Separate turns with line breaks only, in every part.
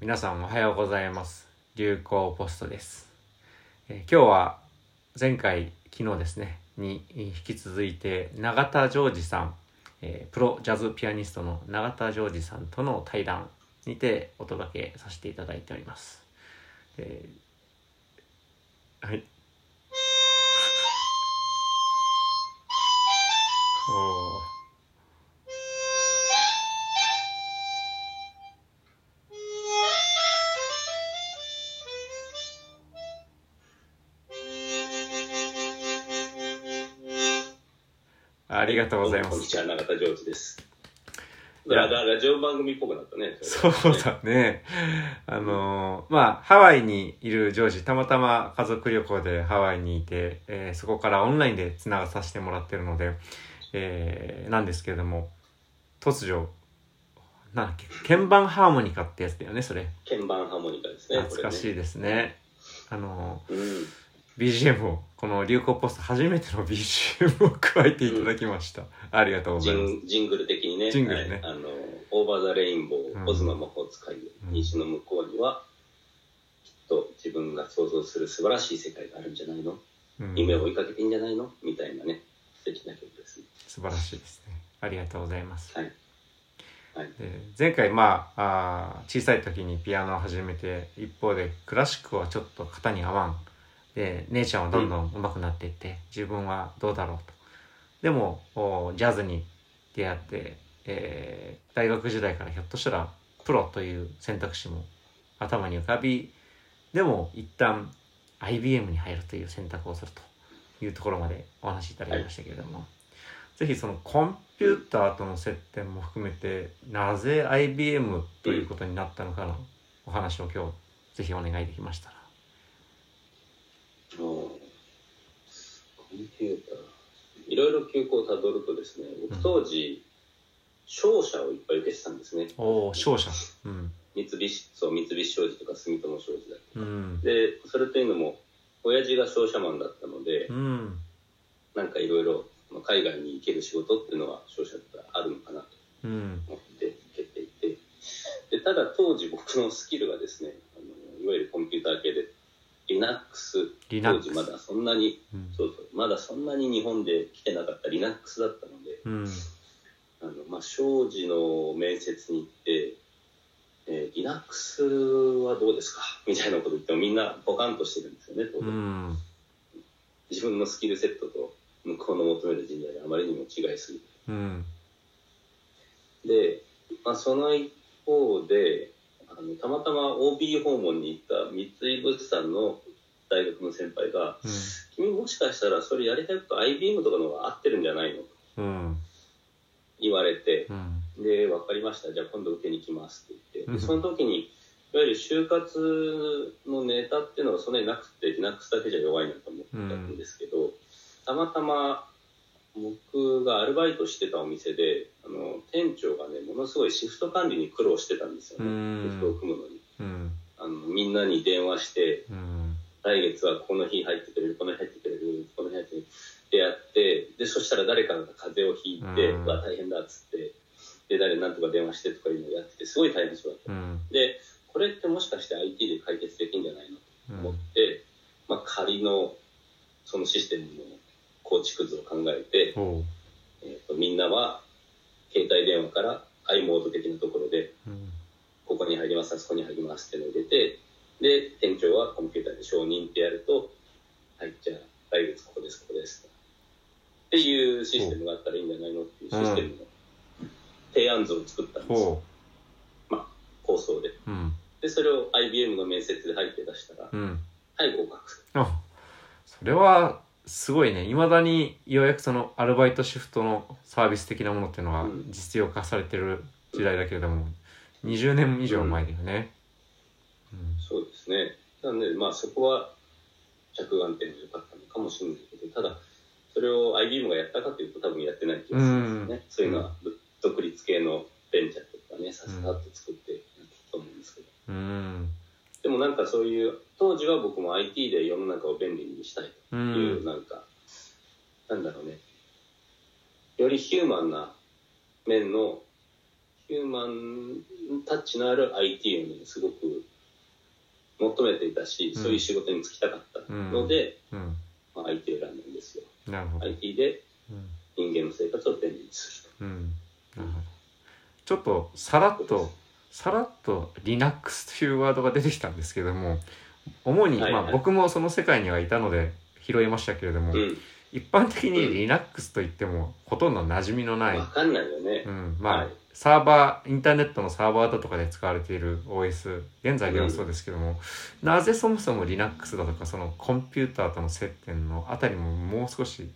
皆さんおはようございます流行ポストです、えー今日は前回昨日ですねにえー引き続いて永田ジョージさん、えープロジャズピアニストの永田ジョージさんとの対談にてお届けさせていただいております、えーはいおーありがとうございま
こん
す
にちは、永田ジョージです。
いや
ラララジオ番組っぽくなったね。
そうだね。あのーまあ、ハワイにいるジョージ、たまたま家族旅行でハワイにいて、えーそこからオンラインでつながさせてもらってるので、えーなんですけれども、突如、なんだっけ、鍵盤ハーモニカってやつだよね、それ。
鍵盤ハーモニカですね。
懐かしいですね。あの
これね。うん。
ー BGM を、この流行ポスト初めての BGM を加えていただきました。ありがとうご
ジ
ざいます。
ンジングル的にね。
ジングルね
はいあの、オーバーザレインボ
う
ー、
ん
オズの魔法使いよ、
うん
西の向こうには、きっと自分が想像する素晴らしい世界があるんじゃないの
うん
夢を追いかけていいんじゃないのみたいなね、素敵な曲ですね。
素晴らしいですね。ありがとうございます。
はいはい
で前回まああー小さい時にピアノを始めて一方でクラシックはちょっと型に合わんで姉ちゃんはどんどん上手くなっていって、自分はどうだろうとでもおジャズに出会って、えー大学時代からひょっとしたらプロという選択肢も頭に浮かびでも一旦 IBM に入るという選択をするというところまでお話しいただきましたけれども、ぜひそのコンピューターとの接点も含めてなぜ IBM ということになったのかのお話を今日ぜひお願いできましたら
もうコンピューターいろいろ休校をたどるとですね
うん
僕当時商社をいっぱい受けてたんですね
おお勝者うん
三菱そう三菱商事とか住友商事だ
うん
でそれというのも親父が商社マンだったので
うん
なんかいろいろまあ海外に行ける仕事っていうのは商社とかあるのかなと
うん
思って受けていてでただ当時僕のスキルがですねあのいわゆるコンピューター系で Linux
リナ
当
ッ
時
ク
ま
ス
だそんなに
うん
そうそうまだそんなに日本で来てなかった Linux だったので
うん
あの、まあ、庄司の面接に行って、えー Linux はどうですか みたいなこと言ってもみんなポカンとしてるんですよね、当
う
然
ん
自分のスキルセットと向こうの求める人材があまりにも違いすぎて
うん
で、まあ、その一方であのたまたま OB 訪問に行った三井物産の大学の先輩が「君もしかしたらそれやりたいこと IBM とかの方が合ってるんじゃないの?」と
うん
言われて
うん
で、わかりました、じゃあ今度受けに来ますって言って、
うん
でその時に、いわゆる就活のネタっていうのはそんなになくて、リナックスだけじゃ弱いなと思ってたんですけど、たまたま僕がアルバイトしてたお店で、あの店長がね、ものすごいシフト管理に苦労してたんですよ
う
ね、シフトを
ん
組むのに。
うん
あのみんなに電話して、
うん
来月はこの日入ってくれる、この日入ってくれる、この日入ってくれるってやって、で、そしたら誰かが風邪をひいて、
うん
うわ、大変だっつって、で、誰なんとか電話してとかいうのをやってて、すごい大変そうだっ
うん
た。で、これってもしかして IT で解決できるんじゃないの
う
と
ん
思って、まあ、仮の、そのシステムの構築図を考えて、
おう
えーとみんなは、携帯電話から i モード的なところで、
うん
ここに入ります、あそこに入りますっていうのを入れて、で、店長はコンピューターで承認ってやると、はい、じゃあ、来月ここです、ここです。っていうシステムがあったらいいんじゃないのっていうシステムの提案図を作ったんですよ、
ほ
構想で。
ううん
で、それを IBM の面接で入って出したら、
うん
はい、合格。
あそれはすごいねいまだにようやくそのアルバイトシフトのサービス的なものっていうのが
うん
実用化されてる時代だけれども20年以上前だよね
そうですね。なので、まあそこは着眼点が良かったのかもしれないけど、ただ、それを IBM がやったかというと多分やってない気がするんですよね。そういうのはぶ独立系のベンチャーとかね、ささっと作ってやったと思うんですけど。
うん
でもなんかそういう、当時は僕も IT で世の中を便利にしたい
うんう
という、
ん
なんか、なんだろうね。よりヒューマンな面の、ヒューマンタッチのある IT をね、ね、すごく求めていたし、
うん
そういう仕事に就きたかったので、
うん
まあ、IT を選んだんですよ。
なるほど、
IT で
うん
人間の生活を便利にする
うんなるほどちょっとさらっとさらっと Linux というワードが出てきたんですけども主に、
はいはい
まあ、僕もその世界にはいたので拾いましたけれども、
と。
一般的に
うん
Linux といってもほとんど馴染みの
う
ない、
ん。わかんないよね
う。ん、まあ、
はい
サーバーインターネットのサーバーだとかで使われている OS 現在ではそうですけども、なぜそもそも Linux だとかそのコンピューターとの接点のあたりももう少し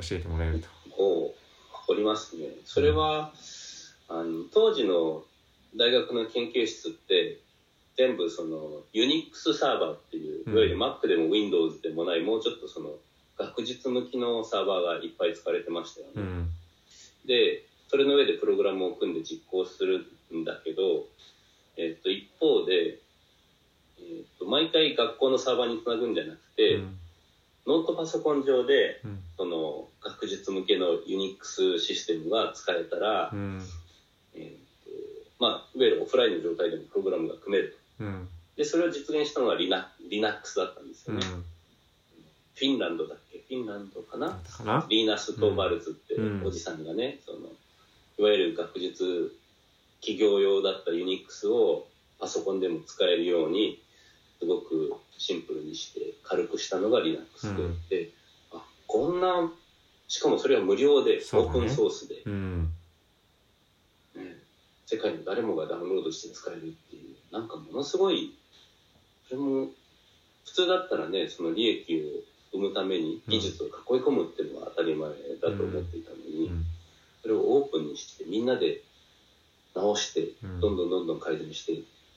教えてもらえると。
を誇りますね。それは、あの当時の大学の研究室って、全部そのユニックスサーバーっていうう、
ん
いわゆる Mac でも Windows でもない、もうちょっとその学術向きのサーバーがいっぱい使われてましたよね。
うん
で、それの上でプログラムを組んで実行するんだけど、えっと、一方で、えっと、毎回学校のサーバーにつなぐんじゃなくて、
うん
ノートパソコン上で、
うん
その学術向けのユニックスシステムが使えたら、
うん
えーとまあ、いわゆるオフラインの状態でもプログラムが組めると
うん
でそれを実現したのがリナ Linux だったんです
う
よ
ん
ね、フィンランドだっけフィンランドかな、
だったかな
リーナス・トーバルツって
うん
おじさんがね、そのいわゆる学術企業用だったユニックスをパソコンでも使えるようにすごくシンプルにして軽くしたのが Linux で、
うん
であこんなしかもそれは無料で、
そう
オ
だ
ー
ね
プンソースで、
うん
ね世界の誰もがダウンロードして使えるっていうなんかものすごいそれも普通だったらねその利益を生むために技術を囲い込むっていうのは当たり前だと思っていたの
う
に、
ん
それをオープンにしてみんなで直して
うん
どんどんどんどん改善して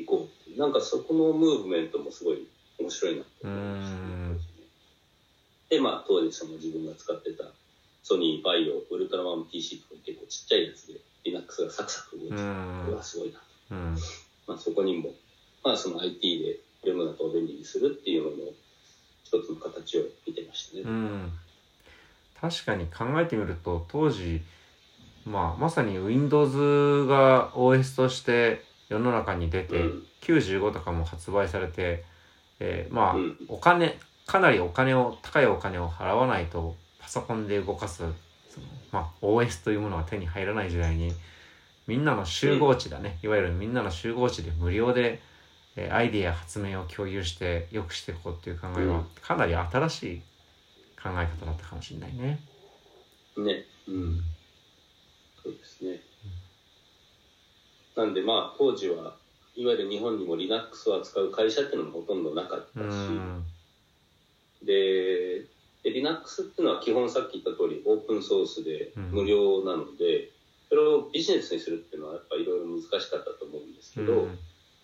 いこうっていうなんかそこのムーブメントもすごい面白いなって思いましたね
うん
でまあ当時その自分が使ってたソニーバイオウルトラマン PC とか結構ちっちゃいやつで Linux がサクサク動いて
う
てこれ
ん
はすごいな、
うん
まあ、そこにも、まあ、その IT で世の中を便利にするっていうのの一つの形を見てましたね。
うん、確かに考えてみると当時、まあ、まさに Windows が OS として世の中に出て、
うん
95とかも発売されて、えーまあ、
うん
お金かなりお金を高いお金を払わないとパソコンで動かすその、まあ、OS というものが手に入らない時代にみんなの集合値だね、いわゆるみんなの集合値で無料で、えーアイディア発明を共有してよくしていこうっていう考え
うん
はかなり新しい考え方だったかもしれないね。
ね、うん、そうですね。なんでまあ当時はいわゆる日本にも Linux を扱う会社っていうのもほとんどなかっ
う
たし、
ん
でで Linux っていうのは基本さっき言った通りオープンソースで
うん
無料なので、それをビジネスにするっていうのはやっぱいろいろ難しかったと思うんですけど、
うん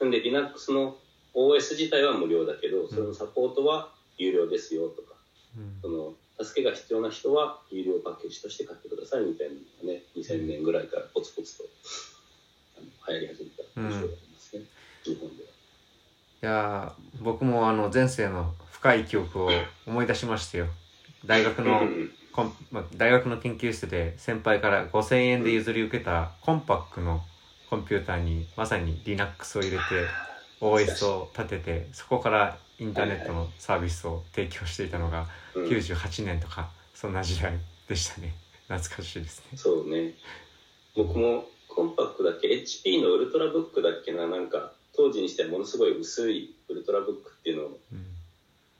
なんで Linux の OS 自体は無料だけど、それのサポートは有料ですよとか、
うん
その助けが必要な人は有料パッケージとして買ってくださいみたいなのがね、2000年ぐらいからポツポツとあの流行り始めた印象がありますね、日本で
い
は。
やー僕もあの前世の深い記憶を思い出しましたよ。大学の
うんうん
コンまあ、大学の研究室で先輩から5,000円で譲り受けたコンパックのコンピューターにまさに Linux を入れて OS を立ててそこからインターネットのサービスを提供していたのが
うん
98年とかそんな時代でしたね懐かしいですね
そうね。僕もコンパクトだっけ、HP のウルトラブックだっけな、なんか当時にしてはものすごい薄いウルトラブックっていうのを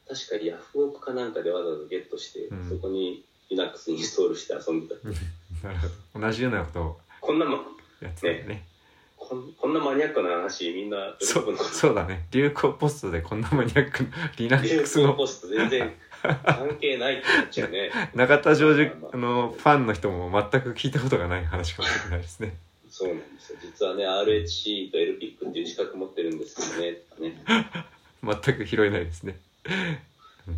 確かヤフオクかなんかでわざわざゲットして、
うん
そこに Linux インストールして遊んでた。
うんなるほど同じようなことを
こんなもん
やってたよね
こんこんなマニアックな話みんな喜
そ
ぶ
う
のか
そうだね流行ポストでこんなマニアックな Linux
の
を
ポスト全然関係ないってなっちゃうね
中田ジョージ
まあ
あ
まあ
のファンの人も全く聞いたことがない話かもしれないですね
そうなんですよ実はね RHC と LPIC っていう資格持ってるんですけどねとかね
全く拾えないですね。うん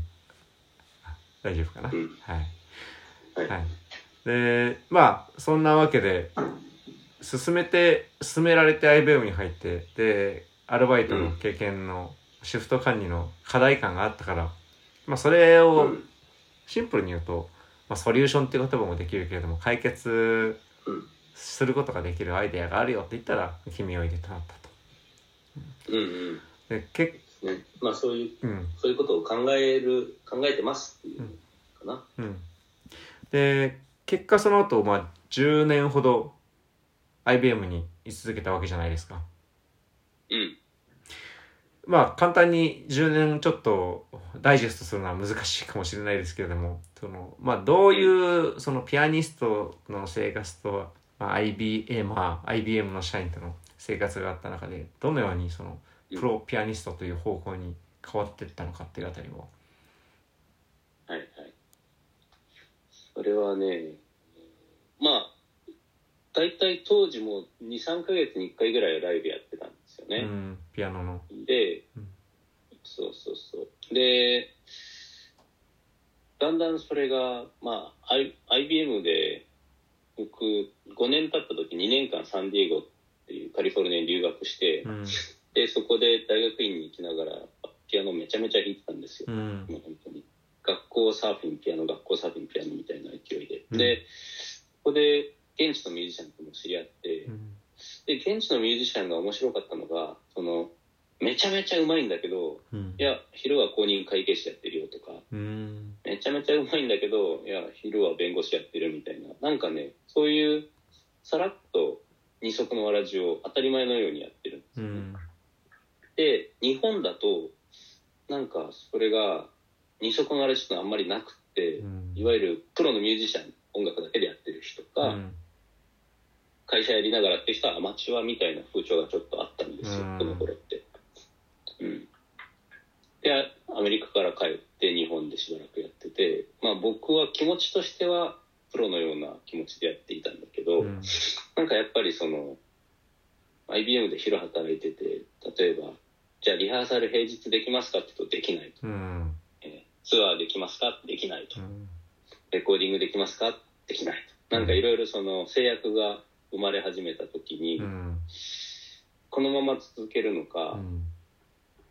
大丈夫かな、
うん
はい。
はい
はい。で、まあ、そんなわけで、進めて、進められて IBM に入って、で、アルバイトの経験のシフト管理の課題感があったから、まあ、それ
う
を
ん
シンプルに言うと、まあ、ソリューションっていう言葉もできるけれども、解決
うん
することができるアイデアがあるよって言ったら、君を入れたなったと。
うんうん
でけ
そうですねまあそういう
うん
そういうことを考える考えてますっていうかな、
うん、で結果その後、まあ10年ほど IBM に居続けたわけじゃないですか。
うん
まあ簡単に10年ちょっとダイジェストするのは難しいかもしれないですけれどもその、まあ、どういうそのピアニストの生活と、まあ IBM まあ、IBM の社員との生活があった中でどのようにそのプロピアニストという方向に変わっていったのかっていうあたりを。
はいはい。それはね、まあ、大体当時も2、3ヶ月に1回ぐらいライブやってたんですよ
う
ね。
ん、ピアノの。
で
うん、
そうそうそう。で、だんだんそれが、まあ、I- IBM で、僕、5年経った時、2年間サンディエゴっていうカリフォルニアに留学して、
うん
で、そこで大学院に行きながら、ピアノめちゃめちゃ弾いてたんですよ。
うん
もう本当に学校サーフィンピアノ学校サーフィンピアノみたいな勢いで、
うん
でここで現地のミュージシャンとも知り合って
うん
で現地のミュージシャンが面白かったのがそのめちゃめちゃうまいんだけど
うん
いや昼は公認会計士やってるよとか
うん
めちゃめちゃうまいんだけどいや昼は弁護士やってるみたいななんかねそういうさらっと二足のわらじを当たり前のようにやってるんです
う
よね。
ん
で日本だとなんかそれが二足のあれちょっとあんまりなくって、いわゆるプロのミュージシャン音楽だけでやってる人が、
うん
会社やりながらっていう人はアマチュアみたいな風潮がちょっとあったんですよ、
うん
この頃って。うん、でアメリカから帰って日本でしばらくやってて、まあ、僕は気持ちとしてはプロのような気持ちでやっていたんだけど、
うん
なんかやっぱりその IBM で昼働いてて例えばじゃあリハーサル平日できますかって言うとできないと、
うん
えーツアーできますかできないと
うん
レコーディングできますかできないとなんかいろいろその制約が生まれ始めた時に、
うん
このまま続けるの
う
か
ん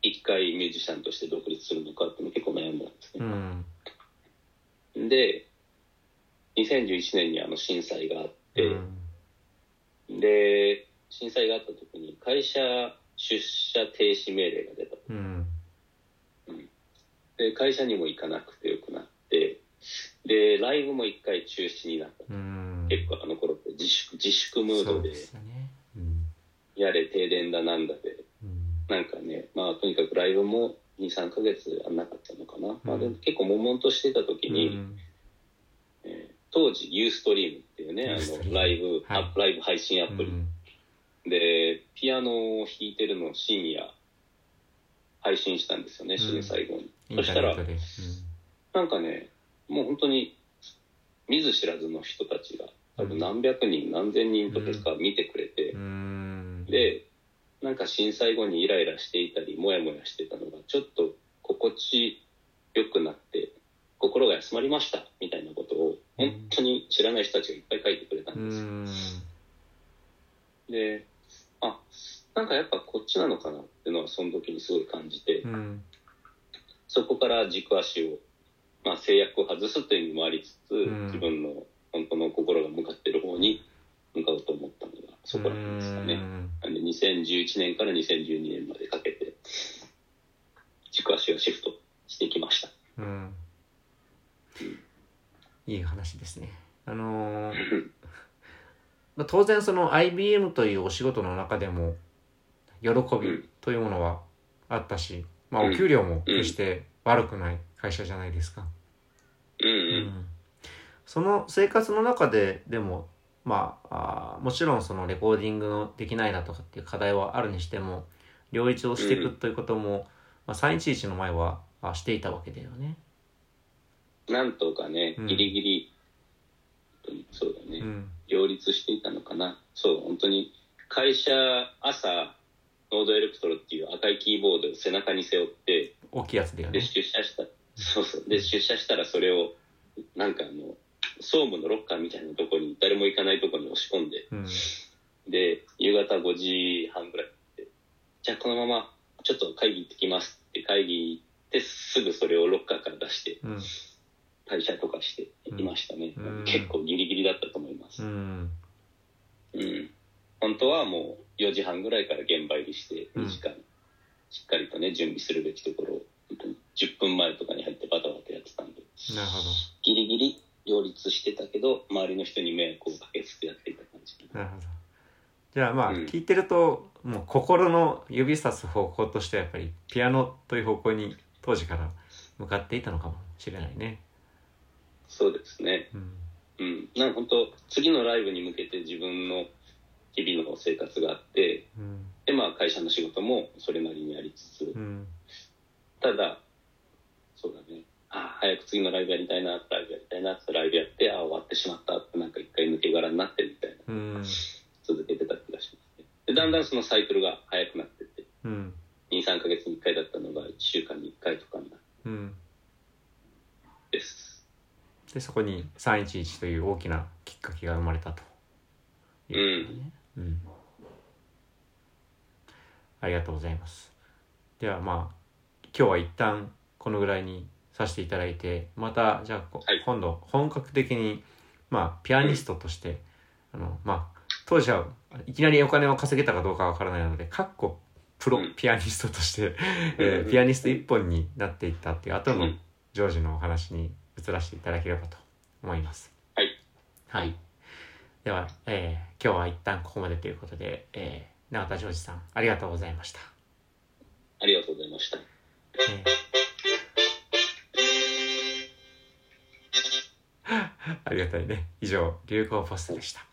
一回ミュージシャンとして独立するのかっていうの結構悩んだんです
う
ね、
ん
で2011年にあの震災があって、
うん
で震災があった時に会社出社停止命令が出た
うん
で会社にも行かなくてよくなってでライブも一回中止になった
うん
結構あの頃って自粛自粛ムー
そ
ド
う
で
ですよねうん
やれ停電だなんだで
うん
なんかねまあとにかくライブも23ヶ月あんなかったのかな、まあ、でも結構悶々としてた時に、
うん
えー当時ユーストリームっていうねあ
Ustream
のライブ、
はい
あライブ配信アプリ、でピアノを弾いてるのを深夜配信したんですよね
ん
震災後に、
インタ
そし
ーネ
たら
ットで
なんかねもう本当に見ず知らずの人たちが多分何百人、何千人とか見てくれて
う、ん
でなんか震災後にイライラしていたりモヤモヤしてたのがちょっと心地よくなって心が休まりましたみたいなことを
うん
本当に知らない人たちがいっぱい書いてくれた
うん
ですよ、
ん
であなんかやっぱこっちなのかなっていうのはその時にすごい感じて、
うん
そこから軸足を、まあ、制約を外すという意味もありつつ、
ん
自分の本当の心が向かってる方に向かおうと思ったのがそこら辺ですかね。なんで2011年から2012年までかけて軸足をシフトしてきました。
うんいい話ですねあのー まあ当然その IBM というお仕事の中でも喜びというものはあったし、まあ、
う
お
ん
給料も決して悪くない会社じゃないですか、
うん
うんその生活の中ででもまああーもちろんそのレコーディングのできないだとかっていう課題はあるにしても両立をしていくということも、まあ、311の前はあしていたわけだよね。
うん。なんとかね
うん、
ギリギリ、本当にそうだね、
うん
両立していたのかな。そう、本当に会社朝、ノードエレクトロっていう赤いキーボードを背中に背負って、
大きいやつだよ
で、
ね。
出社した、そうそう、で、出社したらそれを、なんかあの、総務のロッカーみたいなとこに、誰も行かないとこに押し込んで、
うん
で、夕方5時半ぐらいに行ってじゃあこのままちょっと会議行ってきますって会議行ってすぐそれをロッカーから出して
うん
退社とかしていましたね、
うん
結構ギリギリだったと思いま
う
す、
ん
うん本当はもう4時半ぐらいから現場入りして
うん
2時間しっかりとね、準備するべきところを、本当に10分前とかに入ってバタバタやってたんで、
なるほ
ギリギリ両立してたけど、周りの人に迷惑をかけつつやっていた感じ。
どなるほどじゃあまあ
うん
聞いてると、もう心の指さす方向としてはやっぱりピアノという方向に当時から向かっていたのかもしれないね。
そうですね。
うん、
うん。なんか本当、次のライブに向けて自分の日々の生活があって、
うん
で、まあ会社の仕事もそれなりにやりつつ、
うん
ただ、そうだね。ああ、早く次のライブやりたいな、ライブやりたいなってライブやって、ああ、終わってしまったって、なんか一回抜け殻になってみたいな、
うん
続けてた気がしますね。で、だんだんそのサイクルが早くなってって、
うん
2、3ヶ月に1回だったのが1週間に1回とかになっ
うん
てです。
でそこに311という大きなきっかけが生まれたということね、うんありがとうございますではまあ今日は一旦このぐらいにさせていただいてまたじゃあこ、
はい
今度本格的にまあピアニストとして、あのまあ当時はいきなりお金を稼げたかどうかわからないのでかっこプロ
うん
ピアニストとして、え
うん
ーピアニスト一本になっていったっていう後
う
の
ん
ジョージのお話に移らせていただければと思います。
はい。
はい。では、えー今日は一旦ここまでということで、えー、永田ジョージさん、ありがとうございました。
ありがとうございました。
え ーありがたいね。以上、流行ポストでした。